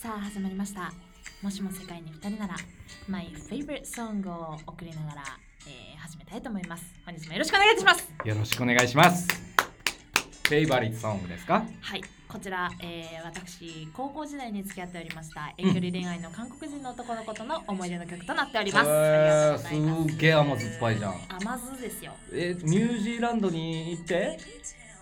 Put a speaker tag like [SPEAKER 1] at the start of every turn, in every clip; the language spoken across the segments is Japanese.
[SPEAKER 1] さあ始まりましたもしも世界に2人なら My favorite song を送りながら、えー始めたいと思います本日もよろしくお願いいたします
[SPEAKER 2] よろしくお願いします。フェイバリットソングですか
[SPEAKER 1] はいこちら、えー私高校時代に付き合っておりました遠距離恋愛の韓国人の男の子との思い出の曲となっております、
[SPEAKER 2] えー
[SPEAKER 1] ありがとうございます
[SPEAKER 2] すっげえ甘酸っぱいじゃん。
[SPEAKER 1] 甘酢ですよ
[SPEAKER 2] え、ニュージーランドに行って、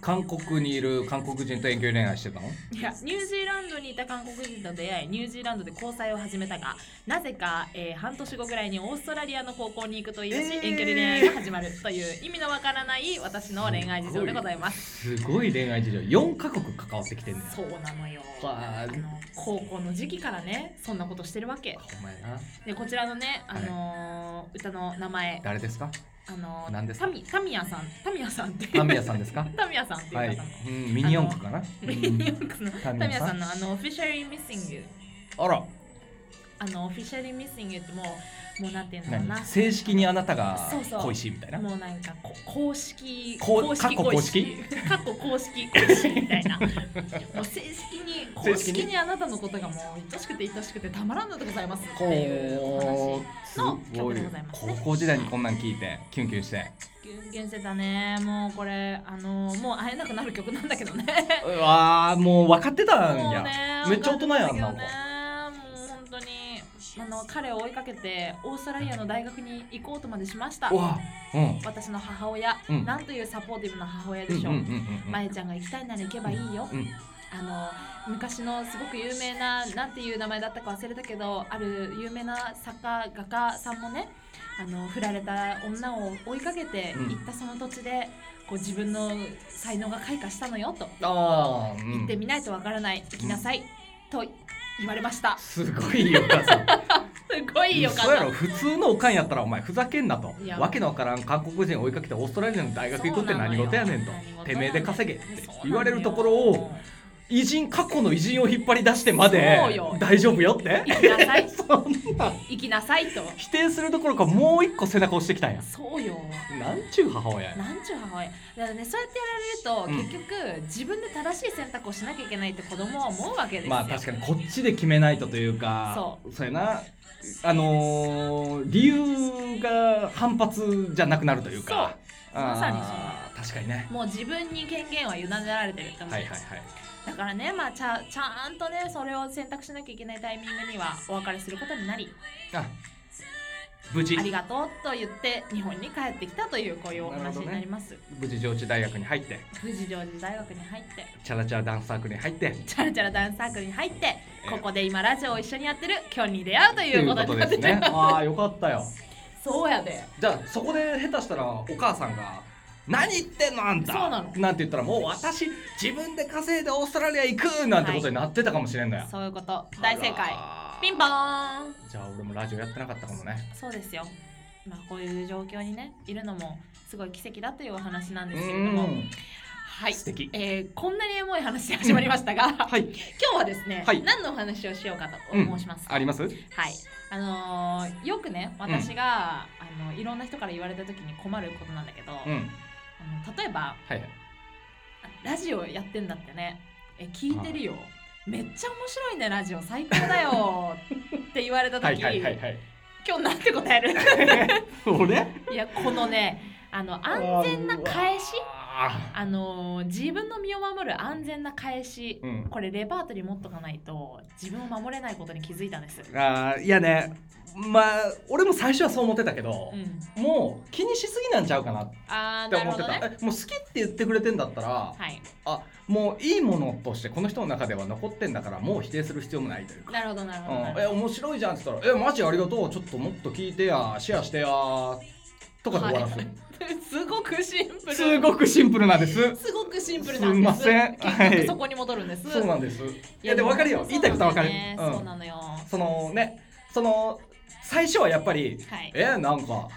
[SPEAKER 2] 韓国にいる韓国人と遠距離恋愛してたの
[SPEAKER 1] いやニュージーランドにいた韓国人と出会いニュージーランドで交際を始めたがなぜか、えー半年後ぐらいにオーストラリアの高校に行くと言い出し、
[SPEAKER 2] えー
[SPEAKER 1] 遠距離恋愛が始まるという意味のわからない私の恋愛事情でございます
[SPEAKER 2] すごい恋愛事情。4カ国関わってきてんだよ。
[SPEAKER 1] そうなのよ
[SPEAKER 2] わ
[SPEAKER 1] あ
[SPEAKER 2] あ
[SPEAKER 1] の高校の時期からねそんなことしてるわけ
[SPEAKER 2] お前な。
[SPEAKER 1] でこちらのね、あのー歌の名前、
[SPEAKER 2] 誰ですか
[SPEAKER 1] あの
[SPEAKER 2] 何
[SPEAKER 1] ー、
[SPEAKER 2] ですか
[SPEAKER 1] タミタミヤさんタミヤさんって
[SPEAKER 2] タミヤさ んですか
[SPEAKER 1] タミヤさんって
[SPEAKER 2] は
[SPEAKER 1] いう
[SPEAKER 2] い
[SPEAKER 1] 方の、。
[SPEAKER 2] うん、ミニ四駆かな
[SPEAKER 1] ミニ
[SPEAKER 2] う
[SPEAKER 1] 四
[SPEAKER 2] ん
[SPEAKER 1] 駆の タ
[SPEAKER 2] タミ
[SPEAKER 1] ミ
[SPEAKER 2] ヤさん
[SPEAKER 1] ヤさんのあの「Officially Missing」
[SPEAKER 2] あら、
[SPEAKER 1] あのオフィシャルミッシングってもうもうなんていうのかな
[SPEAKER 2] 何正式にあなたが
[SPEAKER 1] そうそう
[SPEAKER 2] 恋しいみたいな。
[SPEAKER 1] もうなんかこ公式
[SPEAKER 2] こう過去公
[SPEAKER 1] 過去公式公式みた いなもう正式に公
[SPEAKER 2] 正式に
[SPEAKER 1] 式にあなたのことがもう愛しくて愛しくてたまらんのでございますっていうお
[SPEAKER 2] こ
[SPEAKER 1] 話
[SPEAKER 2] う、
[SPEAKER 1] の曲でございますね
[SPEAKER 2] 高校時代にこんなん聞いて、キュンキュンして。
[SPEAKER 1] キュンキュンしてたねもうこれあのもう会えなくなる曲なんだけどね
[SPEAKER 2] うわーもう分かってたん
[SPEAKER 1] もう
[SPEAKER 2] や、
[SPEAKER 1] ね
[SPEAKER 2] めっちゃ大人やん
[SPEAKER 1] な
[SPEAKER 2] なんん
[SPEAKER 1] か
[SPEAKER 2] か
[SPEAKER 1] もう本当にあの彼を追いかけてオーストラリアの大学に行こうとまでしました
[SPEAKER 2] うわうん
[SPEAKER 1] 私の母親、
[SPEAKER 2] うん
[SPEAKER 1] なんというサポーティブな母親
[SPEAKER 2] う
[SPEAKER 1] で
[SPEAKER 2] んうん
[SPEAKER 1] し
[SPEAKER 2] う
[SPEAKER 1] ょ
[SPEAKER 2] ん
[SPEAKER 1] う、
[SPEAKER 2] うん
[SPEAKER 1] まえちゃんが行きたいなら行けばいいよ、
[SPEAKER 2] うん
[SPEAKER 1] あの昔のすごく有名ななんていう名前だったか忘れたけどある有名な作家画家さんもねあの振られた女を追いかけて
[SPEAKER 2] うん
[SPEAKER 1] 行ったその土地で、こう自分の才能が開花したのよと
[SPEAKER 2] ああ、うん
[SPEAKER 1] 行ってみないとわからない行きなさい、と言われました
[SPEAKER 2] すごいよかさん
[SPEAKER 1] す ごいよか
[SPEAKER 2] そうやろ
[SPEAKER 1] っ
[SPEAKER 2] 普通のおかんやったらお前ふざけんなと
[SPEAKER 1] いや
[SPEAKER 2] わけのわからん韓国人追いかけてオーストラリアの大学行くって
[SPEAKER 1] そうなの
[SPEAKER 2] 何
[SPEAKER 1] よ
[SPEAKER 2] 事やねんと
[SPEAKER 1] 何事やねん
[SPEAKER 2] てめえで稼げったて
[SPEAKER 1] そうなのよ
[SPEAKER 2] 言われるところを偉人過去の偉人を引っ張り出してまで
[SPEAKER 1] そうよ
[SPEAKER 2] 大丈夫よって
[SPEAKER 1] 行きなさい
[SPEAKER 2] そんな
[SPEAKER 1] 行きなさいと
[SPEAKER 2] 否定するどころかもう一個背中押してきたんや
[SPEAKER 1] そうよ
[SPEAKER 2] なんちゅう母親や
[SPEAKER 1] なんちゅう母親だからねそうやってやられると、結局自分で正しい選択をしなきゃいけないって子供は思うわけですよ、
[SPEAKER 2] まあ確かにこっちで決めないとというか
[SPEAKER 1] そう
[SPEAKER 2] やなあのー理由が反発じゃなくなるというか
[SPEAKER 1] そうまさにそう
[SPEAKER 2] あー確かにね
[SPEAKER 1] もう自分に権限は委ねられてるって思う、
[SPEAKER 2] はいはいはい
[SPEAKER 1] だからねまあちゃちゃんとねそれを選択しなきゃいけないタイミングにはお別れすることになり
[SPEAKER 2] あ無事
[SPEAKER 1] ありがとうと言って日本に帰ってきたというこういうお
[SPEAKER 2] なる
[SPEAKER 1] 話
[SPEAKER 2] ほど
[SPEAKER 1] に
[SPEAKER 2] ね
[SPEAKER 1] なります、
[SPEAKER 2] 無事上智大学に入って
[SPEAKER 1] 富士上寺大学に入って
[SPEAKER 2] チャラチャラダンスサークルに入って
[SPEAKER 1] チャラチャラダンスサークルに入ってここで今ラジオを一緒にやってる今日に出会うと
[SPEAKER 2] と
[SPEAKER 1] い
[SPEAKER 2] いうう
[SPEAKER 1] こ
[SPEAKER 2] ことと
[SPEAKER 1] に
[SPEAKER 2] で
[SPEAKER 1] なって
[SPEAKER 2] す
[SPEAKER 1] る
[SPEAKER 2] ねああよかったよ
[SPEAKER 1] そうやで
[SPEAKER 2] じゃあそこで下手したらお母さんが「何言ってんのあんた!」
[SPEAKER 1] そうなの
[SPEAKER 2] んて言ったらもう私自分で稼いでオーストラリア行くなんてことになってたかもしれんのよ、
[SPEAKER 1] そういうこと大正解
[SPEAKER 2] あら
[SPEAKER 1] ピンポーン
[SPEAKER 2] じゃあ俺もラジオやってなかったかもね
[SPEAKER 1] そうですよ。まあこういう状況にねいるのもすごい奇跡だというお話なん
[SPEAKER 2] う
[SPEAKER 1] ですけれども、
[SPEAKER 2] ん
[SPEAKER 1] はい。
[SPEAKER 2] 素敵
[SPEAKER 1] えーこんなにエモい話で始まりましたが、 今
[SPEAKER 2] はい
[SPEAKER 1] 日はですね、
[SPEAKER 2] はい
[SPEAKER 1] 何のお話をしようかと
[SPEAKER 2] うん
[SPEAKER 1] 申します。
[SPEAKER 2] あります
[SPEAKER 1] はい。あのーよくね私が、あのいろんな人から言われた時に困ることなんだけど、
[SPEAKER 2] うん
[SPEAKER 1] あの例えば
[SPEAKER 2] はいはい
[SPEAKER 1] ラジオやってんだってねえ聞いてるよ、めっちゃ面白いねラジオ最高だよって言われた時、
[SPEAKER 2] はいはいはいはい
[SPEAKER 1] 今日なんて答える
[SPEAKER 2] 俺
[SPEAKER 1] いやこのねあの安全な返し
[SPEAKER 2] あ
[SPEAKER 1] あのー自分の身を守る安全な返し
[SPEAKER 2] ーうん
[SPEAKER 1] これレパートリー持っとかないと自分を守れないことに気づいたんです、
[SPEAKER 2] あーいやねまあ俺も最初はそう思ってたけど
[SPEAKER 1] う、ん、
[SPEAKER 2] もう気にしすぎなんちゃうかなって
[SPEAKER 1] あーなる
[SPEAKER 2] 思っ
[SPEAKER 1] ほ
[SPEAKER 2] て
[SPEAKER 1] ど
[SPEAKER 2] た、
[SPEAKER 1] ね
[SPEAKER 2] えもう好きって言ってくれてんだったら、
[SPEAKER 1] はい
[SPEAKER 2] あもういいものとしてこの人の中では残ってんだからもう否定する必要もないというか
[SPEAKER 1] なるほどなるほどなる
[SPEAKER 2] う
[SPEAKER 1] ほ
[SPEAKER 2] ん、え面白いじゃんって言ったら「えマジありがとうちょっともっと聞いてやシェアしてや」とかで終わらす、
[SPEAKER 1] はどすごくシンプル
[SPEAKER 2] すごくシンプルなんです
[SPEAKER 1] すごくシンプルなんです
[SPEAKER 2] すいません
[SPEAKER 1] 結
[SPEAKER 2] は
[SPEAKER 1] 局
[SPEAKER 2] い
[SPEAKER 1] そこに戻るんです、
[SPEAKER 2] そうなんですいやでも
[SPEAKER 1] わ
[SPEAKER 2] 分かるよ言いたいことは分かるうん
[SPEAKER 1] そうなのよは
[SPEAKER 2] そのねその最初はやっぱり
[SPEAKER 1] い
[SPEAKER 2] 「えなんか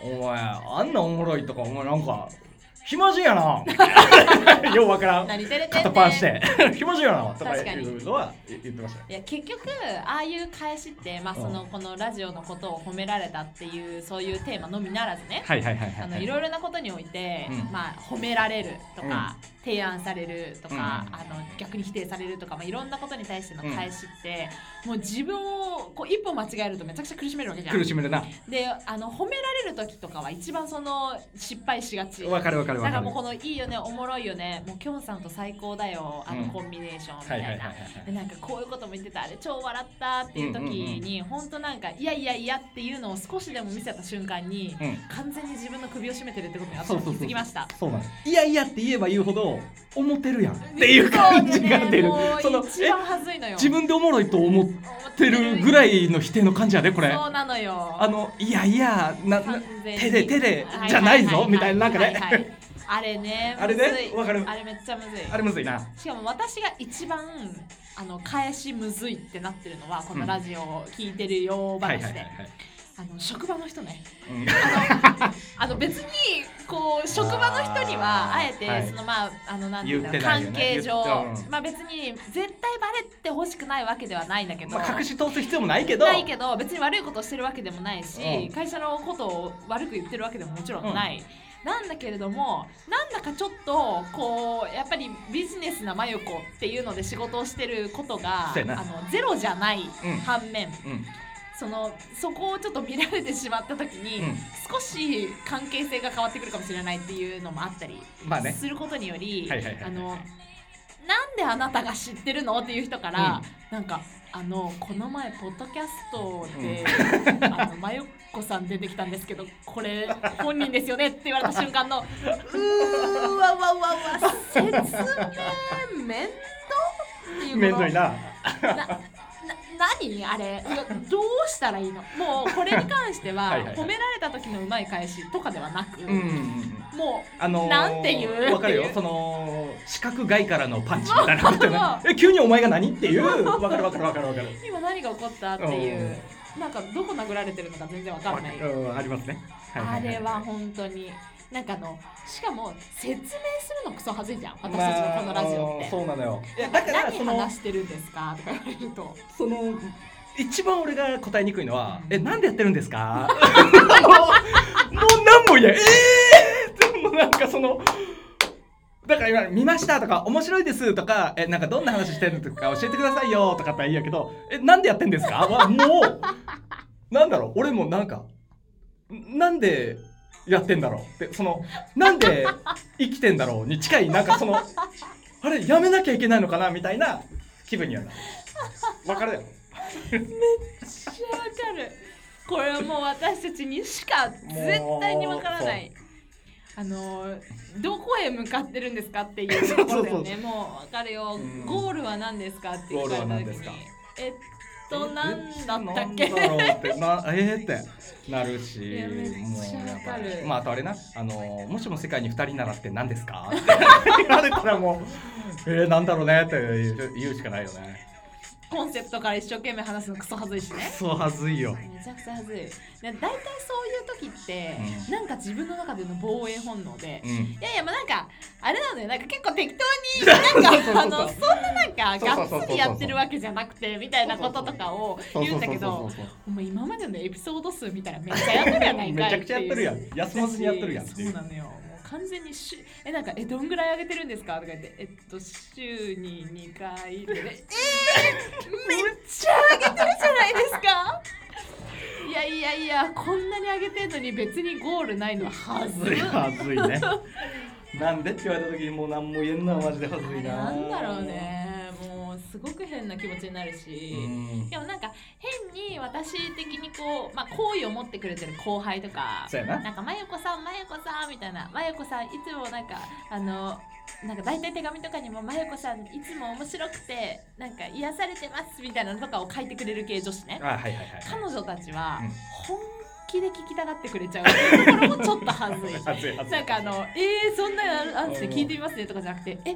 [SPEAKER 2] お前あんなおもろいとかお前なんか暇人やな ようわからん
[SPEAKER 1] 何照れてんね
[SPEAKER 2] 肩
[SPEAKER 1] ん
[SPEAKER 2] パンして 暇人やなとか
[SPEAKER 1] 確かに
[SPEAKER 2] いうのは言ってましたよ
[SPEAKER 1] いや結局ああいう返しって、まあ、そのこのラジオのことを褒められたっていうそういうテーマのみならずね
[SPEAKER 2] はいはいはい
[SPEAKER 1] あ
[SPEAKER 2] は
[SPEAKER 1] の
[SPEAKER 2] い
[SPEAKER 1] いろいろなことにおいて、
[SPEAKER 2] うん
[SPEAKER 1] まあ、褒められるとか、提案されるとか、
[SPEAKER 2] うん
[SPEAKER 1] あの逆に否定されるとか、まあ、いろんなことに対しての返しって、もう自分をこう一歩間違えるとめちゃくちゃ苦しめるわけじゃん
[SPEAKER 2] 苦。しめるな
[SPEAKER 1] であの褒められる時とかは一番その失敗しがち。
[SPEAKER 2] わかるわかる
[SPEAKER 1] だか
[SPEAKER 2] わからる
[SPEAKER 1] もうこのいいよねおもろいよねもうきょんさんと最高だよあ
[SPEAKER 2] う
[SPEAKER 1] の
[SPEAKER 2] ん
[SPEAKER 1] コンビネーションみた
[SPEAKER 2] はいい
[SPEAKER 1] な。
[SPEAKER 2] はいはいはい
[SPEAKER 1] でなんかこういうことも言ってたあれ超笑ったっていう時に、本当なんかいやいやいやっていうのを少しでも見せた瞬間に、
[SPEAKER 2] うん
[SPEAKER 1] 完全に自分の首を絞めてるってことに私
[SPEAKER 2] そう
[SPEAKER 1] は気
[SPEAKER 2] そうそう
[SPEAKER 1] づきました。
[SPEAKER 2] そうなんですいやいやって言えば言うほど思ってるやんっていう感じが出る
[SPEAKER 1] そ
[SPEAKER 2] そうの
[SPEAKER 1] ねもう一
[SPEAKER 2] え
[SPEAKER 1] 番はずいのよ。
[SPEAKER 2] 自分でおもろいと思っ
[SPEAKER 1] 思って
[SPEAKER 2] るぐら
[SPEAKER 1] い
[SPEAKER 2] いの否定の感じやでこれ
[SPEAKER 1] そうなのよ。
[SPEAKER 2] あのいやいやなな
[SPEAKER 1] 完全に
[SPEAKER 2] 手で手で
[SPEAKER 1] はははは
[SPEAKER 2] じゃないぞみたいななんか
[SPEAKER 1] はいはい
[SPEAKER 2] ね
[SPEAKER 1] あれね。
[SPEAKER 2] あれね
[SPEAKER 1] むずい
[SPEAKER 2] わかる
[SPEAKER 1] あれめっちゃむずい。
[SPEAKER 2] あれむずいな
[SPEAKER 1] しかも私が一番あの返しむずいってなってるのはこのラジオを聞いてるよ
[SPEAKER 2] は
[SPEAKER 1] 話
[SPEAKER 2] いはいはい
[SPEAKER 1] で、
[SPEAKER 2] はい
[SPEAKER 1] あの職場の人ね
[SPEAKER 2] うん
[SPEAKER 1] あの別にこう職場の人には
[SPEAKER 2] あー
[SPEAKER 1] あえて
[SPEAKER 2] はい
[SPEAKER 1] そのまああのなんていうんだろう
[SPEAKER 2] 言ってない
[SPEAKER 1] 関
[SPEAKER 2] よね
[SPEAKER 1] 係上
[SPEAKER 2] 言ってうん
[SPEAKER 1] まあ別に絶対バレてほしくないわけではないんだけど、
[SPEAKER 2] まあ隠し通す必要もないけど
[SPEAKER 1] ないけど別に悪いことをしてるわけでもないし、
[SPEAKER 2] うん
[SPEAKER 1] 会社のことを悪く言ってるわけでももちろんない、なんだけれどもなんだかちょっとこうやっぱりビジネスな真由子っていうので仕事をしてることがあ
[SPEAKER 2] そうやな
[SPEAKER 1] のゼロじゃない
[SPEAKER 2] うん
[SPEAKER 1] 反面、
[SPEAKER 2] うん
[SPEAKER 1] そのそこをちょっと見られてしまった時に、
[SPEAKER 2] うん
[SPEAKER 1] 少し関係性が変わってくるかもしれないっていうのもあったり
[SPEAKER 2] まあね
[SPEAKER 1] することにより
[SPEAKER 2] はいはいはいはい
[SPEAKER 1] あのなんであなたが知ってるのっていう人から、なんかあのこの前ポッドキャストで、あの真由子さん出てきたんですけどこれ本人ですよねって言われた瞬 間のうーわわわわ説明面倒っていう
[SPEAKER 2] めん
[SPEAKER 1] こ
[SPEAKER 2] ど
[SPEAKER 1] の
[SPEAKER 2] いな
[SPEAKER 1] なな何あれどうしたらいいのもうこれに関しては
[SPEAKER 2] はいはいはい
[SPEAKER 1] 褒められた時のうまい返しとかではなく、
[SPEAKER 2] うんうんうん
[SPEAKER 1] も
[SPEAKER 2] あのー
[SPEAKER 1] なんていう
[SPEAKER 2] わかる
[SPEAKER 1] って
[SPEAKER 2] よ
[SPEAKER 1] いう
[SPEAKER 2] その視覚外からのパンチみたいなこと ねえ急にお前が何っていうわかるわかるわかるわかる
[SPEAKER 1] う今何が起こったっていうなんかどこ殴られてるのか全然わかんない、
[SPEAKER 2] うんありますねいいい
[SPEAKER 1] あれは本当になんかあのしかも説明するのクソはずいじゃん私たちのこのラジオ
[SPEAKER 2] まあ
[SPEAKER 1] って、
[SPEAKER 2] そうなのよいやだから
[SPEAKER 1] 何
[SPEAKER 2] その
[SPEAKER 1] 話してるんですかとか言われると
[SPEAKER 2] その一番俺が答えにくいのは
[SPEAKER 1] う
[SPEAKER 2] 「
[SPEAKER 1] ん
[SPEAKER 2] えなんでやってるんです か?もう」もう何も言えんええー、でもなんかそのだから今「見ました」とか「面白いです」とか「えなんかどんな話してるとか教えてくださいよ」とかって言うんやけど「えなんでやってんですか?」はもうなんだろう俺もなんかなんでやってんだろうってそのなんで生きてんだろうに近いなんかそのあれやめなきゃいけないのかなみたいな気分にはなるわかるやろ
[SPEAKER 1] めっちゃわかるこれはもう私たちにしか絶対にわからないあのーどこへ向かってるんですかっていうところだよね
[SPEAKER 2] そうそう
[SPEAKER 1] もうわかるよ、
[SPEAKER 2] うん
[SPEAKER 1] ゴールは何ですかって言われた
[SPEAKER 2] ゴールは
[SPEAKER 1] 時
[SPEAKER 2] 何です
[SPEAKER 1] に
[SPEAKER 2] か
[SPEAKER 1] えっと何だったっけ
[SPEAKER 2] なんだろうってなえー、ってなるし
[SPEAKER 1] いやめっちゃわかる
[SPEAKER 2] もうやっぱまああとあれなあのもしも世界に二人ならって何ですかって言われたらもうえー、なんだろうねって言う言うしかないよね
[SPEAKER 1] コンセプトから一生懸命話すのクソはずいしね
[SPEAKER 2] そうはずいよ
[SPEAKER 1] めちゃくちゃはずいで大体そういう時って、
[SPEAKER 2] うん
[SPEAKER 1] なんか自分の中での防衛本能で、
[SPEAKER 2] うん
[SPEAKER 1] いやいやまあなんかあれなのよなんか結構適当に なんかあのそんななんか
[SPEAKER 2] そうそうそうそうそう
[SPEAKER 1] がっつりやってるわけじゃなくてみたいなこととかを言うんだけど
[SPEAKER 2] そうそうそう
[SPEAKER 1] お前今までのエピソード数見たらめっちゃやってるやないか
[SPEAKER 2] め
[SPEAKER 1] い
[SPEAKER 2] ちゃくちゃやってるや
[SPEAKER 1] ん
[SPEAKER 2] ん休まずにやってるやんってい
[SPEAKER 1] そううなのよもう完全に週えなんかえどんぐらい上げてるんですかとか言ってえっと週に2回でえー、めっちゃ上げてるじゃないですかいやいやいやこんなに上げてんのに別にゴールないのははずい
[SPEAKER 2] はずいね なんでって言われた時にもう何も言えんのはマジではずいな
[SPEAKER 1] なんだろうねもうすごく変な気持ちになる
[SPEAKER 2] う
[SPEAKER 1] し、
[SPEAKER 2] ん
[SPEAKER 1] でもなんか変に私的にこうまあ好意を持ってくれてる後輩とか
[SPEAKER 2] そうやな
[SPEAKER 1] なんか「まゆこさんまゆこさん」みたいな「まゆこさんいつもなんかあのなんか大体手紙とかにも「まゆこさんいつも面白くてなんか癒されてます」みたいなのとかを書いてくれる系女子ね
[SPEAKER 2] あはいはいはい
[SPEAKER 1] 彼女たちは
[SPEAKER 2] うん
[SPEAKER 1] 本気で聞きたがってくれちゃうっていうところもちょっとはずい
[SPEAKER 2] はずいはずい
[SPEAKER 1] なんかあの「えー、そんなのあるんですね
[SPEAKER 2] うん
[SPEAKER 1] 聞いてみますね」とかじゃなくて「え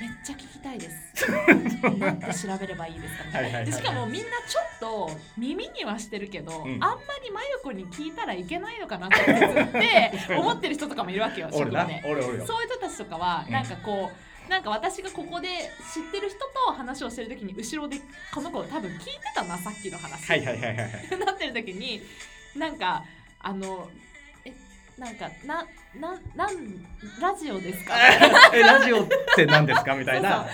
[SPEAKER 1] めっちゃ聞きたい です。なんて調べればいいですかね。
[SPEAKER 2] はいはいはい
[SPEAKER 1] でしかもみんなちょっと耳にはしてるけど、
[SPEAKER 2] うん
[SPEAKER 1] あんまり真由子に聞いたらいけないのかなってって思ってる人とかもいるわけ よ
[SPEAKER 2] 俺な
[SPEAKER 1] 職場で
[SPEAKER 2] 俺俺よ
[SPEAKER 1] そういう人たちとかは
[SPEAKER 2] うん
[SPEAKER 1] なんかこう、なんか私がここで知ってる人と話をしてる時に後ろでこの子多分聞いてたなさっきの話、
[SPEAKER 2] はいはいはいは いはい
[SPEAKER 1] なってる時になんかあのえなんかなななんラジオですか
[SPEAKER 2] えラジオって何ですかみたいな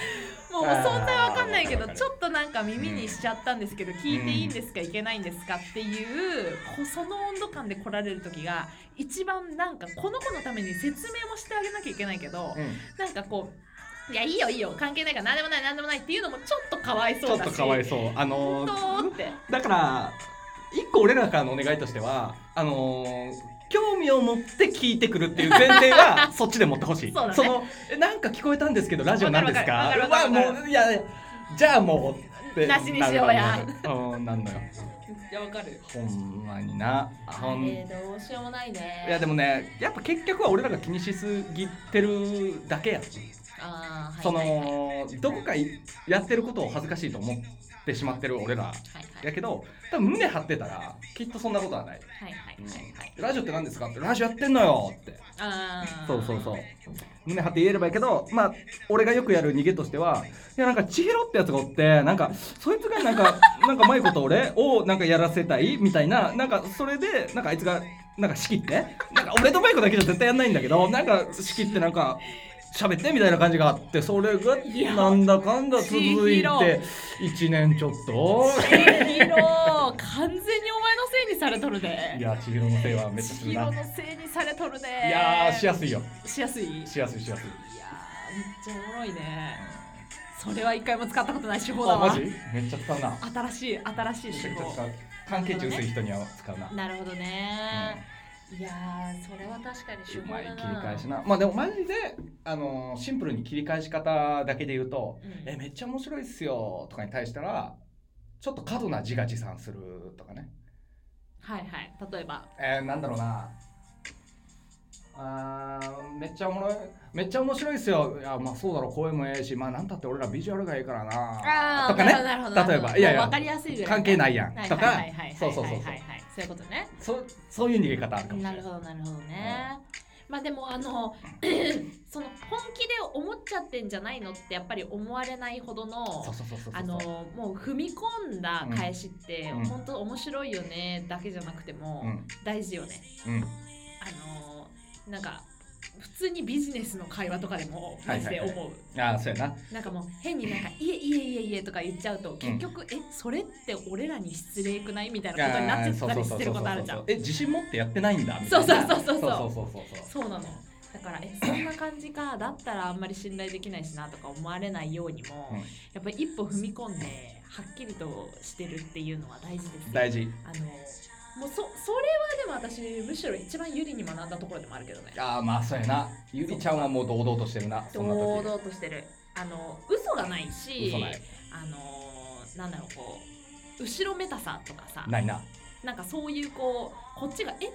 [SPEAKER 1] もう
[SPEAKER 2] あー
[SPEAKER 1] 存在わかんないけ
[SPEAKER 2] わ
[SPEAKER 1] ど
[SPEAKER 2] かる
[SPEAKER 1] ちょっとなんか耳にしちゃったんですけど、聞いていいんですかいけないんですかっていうこその温度感で来られる時が一番なんかこの子のために説明もしてあげなきゃいけないけど、
[SPEAKER 2] うん
[SPEAKER 1] なんかこう「いやいいよいいよ関係ないから何でもない何でもない」っていうのもちょっとかわい
[SPEAKER 2] ちょ
[SPEAKER 1] そう
[SPEAKER 2] っ
[SPEAKER 1] だ
[SPEAKER 2] と
[SPEAKER 1] し
[SPEAKER 2] かわいそうあのー
[SPEAKER 1] 本当って
[SPEAKER 2] だから一個俺らからのお願いとしてはあのー興味を持って聞いてくるっていう前提 はそっちで持ってほしい
[SPEAKER 1] そうだね
[SPEAKER 2] のえなんか聞こえたんですけどラジオなんですか
[SPEAKER 1] わかるわ
[SPEAKER 2] は
[SPEAKER 1] かるわかるわかる
[SPEAKER 2] もういやじゃあもうって
[SPEAKER 1] なしにしようや
[SPEAKER 2] なるなるうんなんのよ
[SPEAKER 1] いやわかる
[SPEAKER 2] ほんまになあほ
[SPEAKER 1] あ
[SPEAKER 2] ん
[SPEAKER 1] れ
[SPEAKER 2] い
[SPEAKER 1] どうしようもないね
[SPEAKER 2] やでもねやっぱ結局は俺らが気にしすぎてるだけや
[SPEAKER 1] あー
[SPEAKER 2] そ
[SPEAKER 1] はいはいはい
[SPEAKER 2] のどこかいやってることを恥ずかしいと思ってしまってる俺ら
[SPEAKER 1] はい
[SPEAKER 2] やけど多分胸張ってたらきっとそんなことはない
[SPEAKER 1] はいはいはいはいはい
[SPEAKER 2] ラジオって何ですかってラジオやってんのよって
[SPEAKER 1] あー
[SPEAKER 2] そうそうそう胸張って言えればいいけどまあ俺がよくやる逃げとしてはいやなんか千尋ってやつがおってなんかそいつがなんか なんか舞子と俺をなんかやらせたいみたいななんかそれでなんかあいつがなんか仕切ってなんか俺と舞子だけじゃ絶対やんないんだけどなんか仕切ってなんか喋ってみたいな感じがあってそれが
[SPEAKER 1] いや
[SPEAKER 2] なんだかんだ続い
[SPEAKER 1] 千
[SPEAKER 2] て
[SPEAKER 1] 尋
[SPEAKER 2] 1年ちょっと
[SPEAKER 1] 千尋完全にお前のせいにされとる
[SPEAKER 2] い
[SPEAKER 1] で
[SPEAKER 2] や千尋のせいはめっちゃす
[SPEAKER 1] 千
[SPEAKER 2] る
[SPEAKER 1] 尋
[SPEAKER 2] な
[SPEAKER 1] のせいにされとるで
[SPEAKER 2] いやーしやすいよ
[SPEAKER 1] しやすいいや
[SPEAKER 2] しやすいしや
[SPEAKER 1] ーめっ
[SPEAKER 2] すい
[SPEAKER 1] ちゃおもろいねそれは一回も使ったことない手法だ
[SPEAKER 2] あ
[SPEAKER 1] わ
[SPEAKER 2] マジめっちゃ使うな
[SPEAKER 1] 新しい新しい
[SPEAKER 2] めっち
[SPEAKER 1] 手
[SPEAKER 2] ゃ
[SPEAKER 1] 法
[SPEAKER 2] 使う関係値薄い人には使うな、
[SPEAKER 1] なるほどね、
[SPEAKER 2] う
[SPEAKER 1] いやーそれは確かに手
[SPEAKER 2] んう
[SPEAKER 1] 法
[SPEAKER 2] まい
[SPEAKER 1] だな
[SPEAKER 2] 切り返しなまあでもマジで、あのーシンプルに切り返し方だけで言うと
[SPEAKER 1] うん
[SPEAKER 2] 「えめっちゃ面白いっすよ」とかに対したらちょっと過度な自画自賛するとかね
[SPEAKER 1] はいはい例えば
[SPEAKER 2] えー、なんだろうなあーめっちゃおもろいめっちゃ面白いっすよいやまあそうだろう声もええしまあなんたって俺らビジュアルがいいからなとかね
[SPEAKER 1] なるほどなるほど
[SPEAKER 2] 例えばいやいや
[SPEAKER 1] もう分かりやすいぐらい
[SPEAKER 2] 関係ないやん
[SPEAKER 1] はい
[SPEAKER 2] と
[SPEAKER 1] は
[SPEAKER 2] か
[SPEAKER 1] いはいはい
[SPEAKER 2] そうそうそう
[SPEAKER 1] はいはいはいそういうことね
[SPEAKER 2] そうそういう逃げ方あるかもしれ
[SPEAKER 1] な
[SPEAKER 2] ない
[SPEAKER 1] るほどなるほどね。まあでもあの その本気で思っちゃってんじゃないのってやっぱり思われないほどの
[SPEAKER 2] そうそうそうそうそう
[SPEAKER 1] あのもう踏み込んだ返しって
[SPEAKER 2] うん
[SPEAKER 1] 本当面白いよねだけじゃなくても
[SPEAKER 2] うん
[SPEAKER 1] 大事よね。
[SPEAKER 2] う
[SPEAKER 1] あ
[SPEAKER 2] ん
[SPEAKER 1] のなんか普通にビジネスの会話とかでも
[SPEAKER 2] は
[SPEAKER 1] マ
[SPEAKER 2] い
[SPEAKER 1] ジ
[SPEAKER 2] はい
[SPEAKER 1] で
[SPEAKER 2] はい
[SPEAKER 1] 思う。
[SPEAKER 2] ああそうやな
[SPEAKER 1] なんかもう変になんか「いえいえいえいえ」とか言っちゃうと結局、えそれって俺らに失礼くないみたいなことになっちゃったりしてることあるじゃん。
[SPEAKER 2] え自信持ってやってないんだみたい
[SPEAKER 1] そ
[SPEAKER 2] な
[SPEAKER 1] うそうそうそう
[SPEAKER 2] そうそうそうそう
[SPEAKER 1] そうなのだからえ そんな感じかだったらあんまり信頼できないしなとか思われないようにも、
[SPEAKER 2] うん
[SPEAKER 1] やっぱり一歩踏み込んではっきりとしてるっていうのは大事ですよ
[SPEAKER 2] 大事
[SPEAKER 1] あのもうそそれはでも私むしろ一番ゆりに学んだところでもあるけどね
[SPEAKER 2] ああまあそうやなゆりちゃんはもう堂々としてるなそんな時
[SPEAKER 1] 堂々としてるあの嘘がないし
[SPEAKER 2] 嘘ない
[SPEAKER 1] あのなんだろうこう後ろめたさとかさ
[SPEAKER 2] ないな
[SPEAKER 1] なんかそういうこうこっちが「え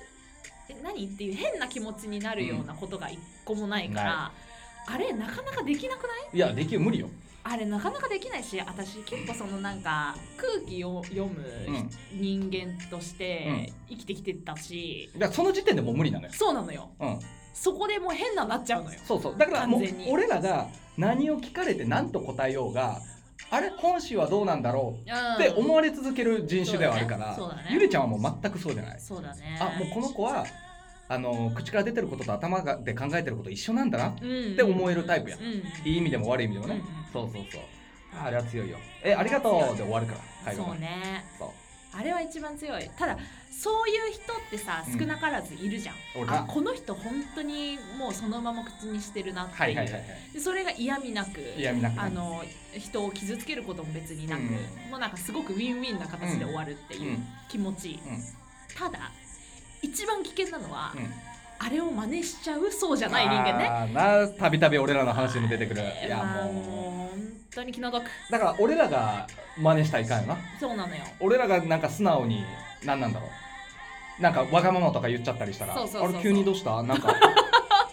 [SPEAKER 1] え何?」っていう変な気持ちになるようなことが一個もないから、あれなかなかできなくない
[SPEAKER 2] いやできる無理よ
[SPEAKER 1] あれなかなかできないし私結構そのなんか空気を読む
[SPEAKER 2] うん
[SPEAKER 1] 人間として生きてきてたし、
[SPEAKER 2] だからその時点でもう無理なのよ
[SPEAKER 1] そうなのよ
[SPEAKER 2] うん
[SPEAKER 1] そこでもう変なのなっちゃうのよ
[SPEAKER 2] そうそうだからもう
[SPEAKER 1] 完全に
[SPEAKER 2] 俺らが何を聞かれて何と答えようがあれ本心はどうなんだろうって思われ続ける人種ではあるから、
[SPEAKER 1] そうだねそうだね
[SPEAKER 2] ゆりちゃんはもう全くそうじゃない
[SPEAKER 1] そうだね
[SPEAKER 2] あもうこの子はあの口から出てることと頭がで考えてること一緒なんだな
[SPEAKER 1] うん
[SPEAKER 2] って思えるタイプや
[SPEAKER 1] うんうん
[SPEAKER 2] いい意味でも悪い意味でもね、
[SPEAKER 1] うん
[SPEAKER 2] そうそうそうああれは強いよえありがとうで終わるから会話
[SPEAKER 1] そ
[SPEAKER 2] が
[SPEAKER 1] うね
[SPEAKER 2] そう
[SPEAKER 1] あれは一番強いただそういう人ってさ
[SPEAKER 2] うん
[SPEAKER 1] 少なからずいるじゃん、
[SPEAKER 2] 俺な
[SPEAKER 1] あこの人本当にもうそのまま口にしてるなっていう、
[SPEAKER 2] はいはいはいはい
[SPEAKER 1] でそれが嫌味なく
[SPEAKER 2] 嫌味なくな
[SPEAKER 1] あ
[SPEAKER 2] る
[SPEAKER 1] の人を傷つけることも別になく、
[SPEAKER 2] うん
[SPEAKER 1] もうなんかすごくウィンウィンな形で終わるって
[SPEAKER 2] うん
[SPEAKER 1] いう気持ちいい、
[SPEAKER 2] うん
[SPEAKER 1] ただ一番危険なのは、
[SPEAKER 2] うん
[SPEAKER 1] あれを真似しちゃうそうじゃない人間ね
[SPEAKER 2] あーなたびたび俺らの話にも出てくるいや
[SPEAKER 1] まあ
[SPEAKER 2] も
[SPEAKER 1] もう本当に気の毒
[SPEAKER 2] うだから俺らが真似したらいかんよな
[SPEAKER 1] そうなのよ
[SPEAKER 2] 俺らがなんか素直に何なんだろうなんかわがままとか言っちゃったりしたら
[SPEAKER 1] そうそうそうそう
[SPEAKER 2] あれ急にどうしたなんか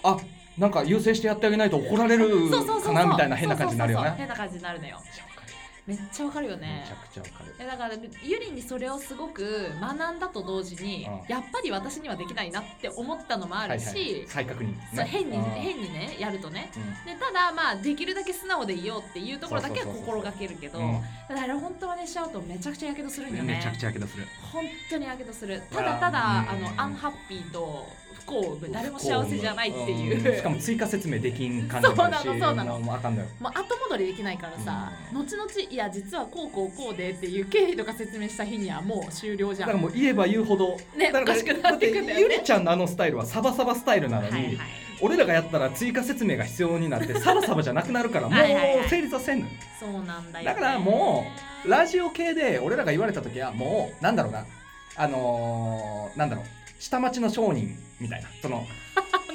[SPEAKER 2] あなんか優先してやってあげないと怒られる
[SPEAKER 1] そうそうそうそ
[SPEAKER 2] か
[SPEAKER 1] う
[SPEAKER 2] なみたいな変な感じになるよ
[SPEAKER 1] そうそうそうそう変
[SPEAKER 2] ね
[SPEAKER 1] な感じになるのよ
[SPEAKER 2] めちゃわかる
[SPEAKER 1] めっちゃわかるよね
[SPEAKER 2] めちゃくちゃわかる
[SPEAKER 1] えだからゆりにそれをすごく学んだと同時に、
[SPEAKER 2] うん
[SPEAKER 1] やっぱり私にはできないなって思ったのもあ
[SPEAKER 2] はいは
[SPEAKER 1] る
[SPEAKER 2] い
[SPEAKER 1] し、
[SPEAKER 2] 再確認
[SPEAKER 1] そう変に
[SPEAKER 2] うん
[SPEAKER 1] 変にねやるとね
[SPEAKER 2] うん
[SPEAKER 1] でただまあできるだけ素直でいようっていうところだけは
[SPEAKER 2] そうそうそうそう
[SPEAKER 1] 心がけるけど
[SPEAKER 2] うん
[SPEAKER 1] ただあれ本当はねしちゃうとめちゃくちゃやけどするんよね
[SPEAKER 2] めちゃくちゃやけどする
[SPEAKER 1] 本当にやけどする
[SPEAKER 2] あー
[SPEAKER 1] ただただあ
[SPEAKER 2] うん
[SPEAKER 1] のアンハッピーと不幸誰も幸せじゃないっていう、
[SPEAKER 2] んしかも追加説明できん感じもあるし
[SPEAKER 1] そうなのそうなの
[SPEAKER 2] もうあかんのよ
[SPEAKER 1] まあ、後戻りできないからさ、
[SPEAKER 2] うん
[SPEAKER 1] 後々いや実はこうこうこうでっていう経緯とか説明した日にはもう終了じ
[SPEAKER 2] だ
[SPEAKER 1] ゃ
[SPEAKER 2] から
[SPEAKER 1] ん。
[SPEAKER 2] もう言えば言うほど
[SPEAKER 1] ね
[SPEAKER 2] だ
[SPEAKER 1] お
[SPEAKER 2] か
[SPEAKER 1] からしくなっていくんだ
[SPEAKER 2] ゆ
[SPEAKER 1] よ
[SPEAKER 2] り
[SPEAKER 1] ね。
[SPEAKER 2] ちゃんのあのスタイルはサバサバスタイルなのに、
[SPEAKER 1] はいはい、
[SPEAKER 2] 俺らがやったら追加説明が必要にな ってサバサバじゃなくなるからも
[SPEAKER 1] はいはいはいう
[SPEAKER 2] 成立はせんのよ
[SPEAKER 1] そうなんだよ、ね。
[SPEAKER 2] だからもう
[SPEAKER 1] ラ
[SPEAKER 2] ラジオ系で俺らが言われた時はもうなんだろうなあのー、なんだろう下町の商人みたいなその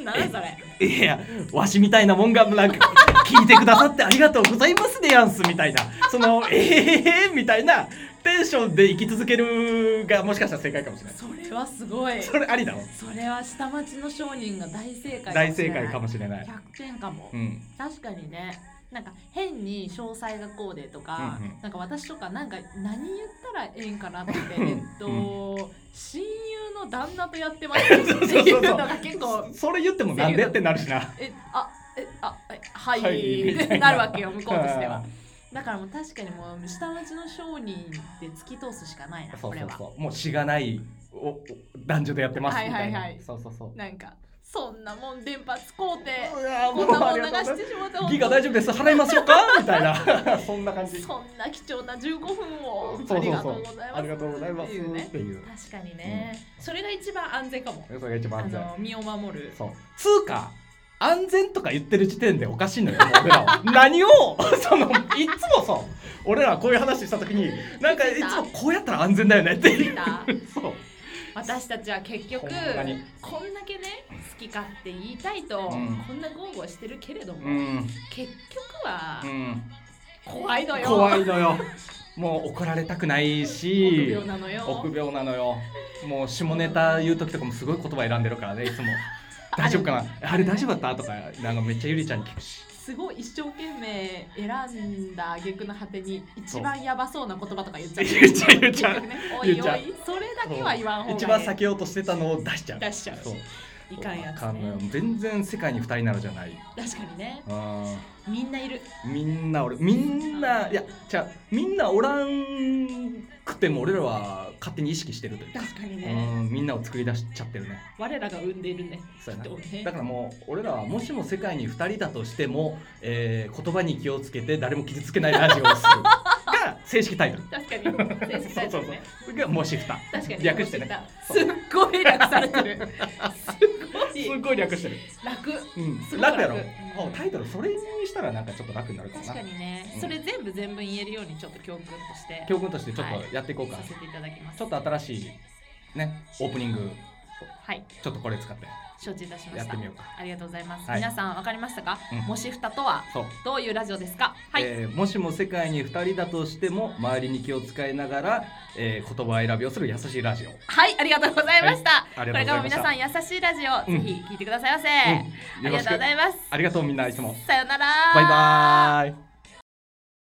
[SPEAKER 1] なんだそれ。
[SPEAKER 2] いやわしみたいなもんがなんか聞いてくださってありがとうございますでやんすみたいなそのええー、みたいなテンションで生き続けるがもしかしたら正解かもしれない
[SPEAKER 1] それはすごい。
[SPEAKER 2] それありだろ
[SPEAKER 1] それは下町の商人が大正解
[SPEAKER 2] 大正解かも
[SPEAKER 1] し
[SPEAKER 2] しれな
[SPEAKER 1] れ
[SPEAKER 2] い
[SPEAKER 1] ない。100点かも。
[SPEAKER 2] うん
[SPEAKER 1] 確かにね。なんか変に詳細がこうでとか、
[SPEAKER 2] うんうん
[SPEAKER 1] なんか私とかなんか何言ったらええんかなって、えっと、親友の旦那とやってますっていうのが結構
[SPEAKER 2] そそれ言ってもなんでってなるしな
[SPEAKER 1] えあえあえはい、
[SPEAKER 2] はいみた
[SPEAKER 1] っ
[SPEAKER 2] いな
[SPEAKER 1] てなるわけよ向こうとしてはだからもう確かにもう下町の商人で突き通すしかないな
[SPEAKER 2] そ
[SPEAKER 1] こ
[SPEAKER 2] う
[SPEAKER 1] れ
[SPEAKER 2] そう
[SPEAKER 1] は
[SPEAKER 2] そうもうしがないおお男女でやってますみたいな、
[SPEAKER 1] はいはいはい
[SPEAKER 2] そうそうそう
[SPEAKER 1] なんかそんなもん電波使う て
[SPEAKER 2] いやー
[SPEAKER 1] こ
[SPEAKER 2] も
[SPEAKER 1] ん
[SPEAKER 2] う
[SPEAKER 1] なも
[SPEAKER 2] あ
[SPEAKER 1] ん
[SPEAKER 2] り
[SPEAKER 1] 流
[SPEAKER 2] が
[SPEAKER 1] し
[SPEAKER 2] とうございます
[SPEAKER 1] てしまった
[SPEAKER 2] ギガ大丈夫です払いますよかみた いなそんな感じ
[SPEAKER 1] そんな貴重な15分を
[SPEAKER 2] そ
[SPEAKER 1] あ
[SPEAKER 2] う
[SPEAKER 1] り
[SPEAKER 2] そう
[SPEAKER 1] が
[SPEAKER 2] そ
[SPEAKER 1] と
[SPEAKER 2] う
[SPEAKER 1] うございます
[SPEAKER 2] ありがとうございます
[SPEAKER 1] っ
[SPEAKER 2] ってて
[SPEAKER 1] いうね
[SPEAKER 2] いう
[SPEAKER 1] 確かにね、それが一番安全かも
[SPEAKER 2] それが一番
[SPEAKER 1] あ
[SPEAKER 2] 安全
[SPEAKER 1] の身を守 る
[SPEAKER 2] そうつうか安全とか言ってる時点でおかしいのよもう俺ら は何をそのいっつもさ俺らこういう話した時になんか
[SPEAKER 1] 気
[SPEAKER 2] い
[SPEAKER 1] づいた
[SPEAKER 2] つもこうやったら安全だよねって
[SPEAKER 1] 見
[SPEAKER 2] いう
[SPEAKER 1] た
[SPEAKER 2] そう
[SPEAKER 1] 私たちは結局
[SPEAKER 2] ほんまに
[SPEAKER 1] こんだけね好き勝手言いたいと、
[SPEAKER 2] うん
[SPEAKER 1] こんな豪語してるけれども、
[SPEAKER 2] うん
[SPEAKER 1] 結局は
[SPEAKER 2] うん
[SPEAKER 1] 怖いのよ
[SPEAKER 2] 怖いのよもう怒られたくない
[SPEAKER 1] 臆
[SPEAKER 2] し
[SPEAKER 1] 病なのよ
[SPEAKER 2] 臆病なのよもう下ネタ言う時とかもすごい言葉選んでるからね いつも大丈夫かなあれ大丈夫だったとかなんかめっちゃゆりちゃんに聞くし
[SPEAKER 1] すごい一生懸命選んだ挙句の果てに一番やばそうな言葉とか言っちゃう
[SPEAKER 2] 言っちゃう言っちゃう
[SPEAKER 1] 結局ねお
[SPEAKER 2] 言っ
[SPEAKER 1] いお
[SPEAKER 2] ちゃう
[SPEAKER 1] いそれだけは言わん方がいい
[SPEAKER 2] 一番避けようとしてたのを出しちゃう
[SPEAKER 1] 出しちゃう
[SPEAKER 2] そう
[SPEAKER 1] いかんやつ、
[SPEAKER 2] あかんのよ
[SPEAKER 1] ね、
[SPEAKER 2] 全然世界に二人なるじゃない
[SPEAKER 1] 確かにね
[SPEAKER 2] あ
[SPEAKER 1] みんないる
[SPEAKER 2] ーみんな俺みんないやじゃみんなおらんくても俺らは勝手に意識してるというか、
[SPEAKER 1] 確かにね
[SPEAKER 2] うんみんなを作り出しちゃってるね
[SPEAKER 1] 我らが生んでいるね
[SPEAKER 2] そうやな
[SPEAKER 1] きっとね
[SPEAKER 2] だからもう俺らはもしも世界に2人だとしても、えー言葉に気をつけて誰も傷つけないラジオをするが正式タイトル。
[SPEAKER 1] 確かに先生大丈夫ね
[SPEAKER 2] そうがもうシフタ
[SPEAKER 1] 確かに
[SPEAKER 2] 略してね
[SPEAKER 1] すっごい楽されて るす
[SPEAKER 2] す
[SPEAKER 1] ご
[SPEAKER 2] っ
[SPEAKER 1] い
[SPEAKER 2] ごい略してる、
[SPEAKER 1] 楽すご
[SPEAKER 2] うん、
[SPEAKER 1] い楽
[SPEAKER 2] 楽やろ
[SPEAKER 1] うん
[SPEAKER 2] もうタイトルそれにしたらなんかちょっと楽になるかも
[SPEAKER 1] 確か
[SPEAKER 2] な
[SPEAKER 1] にね、
[SPEAKER 2] うん
[SPEAKER 1] それ全部全部言えるようにちょっと教訓として
[SPEAKER 2] 教訓としてちょっ
[SPEAKER 1] は
[SPEAKER 2] とやっていこうか、
[SPEAKER 1] させていただきます
[SPEAKER 2] ちょっと新しいねオープニング
[SPEAKER 1] はい
[SPEAKER 2] ちょっとこれ使って
[SPEAKER 1] 承知いたしました
[SPEAKER 2] やってみようか
[SPEAKER 1] ありがとうございます、
[SPEAKER 2] はい
[SPEAKER 1] 皆さんわかりましたか、
[SPEAKER 2] うん
[SPEAKER 1] もしふたとは
[SPEAKER 2] そう
[SPEAKER 1] どういうラジオですかはい、
[SPEAKER 2] えーもしも世界に2人だとしても周りに気を使いながら、えー言葉選びをする優しいラジオ
[SPEAKER 1] はいありがとうございました、
[SPEAKER 2] あり
[SPEAKER 1] これ
[SPEAKER 2] がとうございました
[SPEAKER 1] からも皆さん優しいラジオ、
[SPEAKER 2] うん
[SPEAKER 1] ぜひ聞いてくださいませ、
[SPEAKER 2] うん
[SPEAKER 1] ありがとうございます
[SPEAKER 2] ありがとうみんないつも
[SPEAKER 1] さよなら
[SPEAKER 2] バイバーイ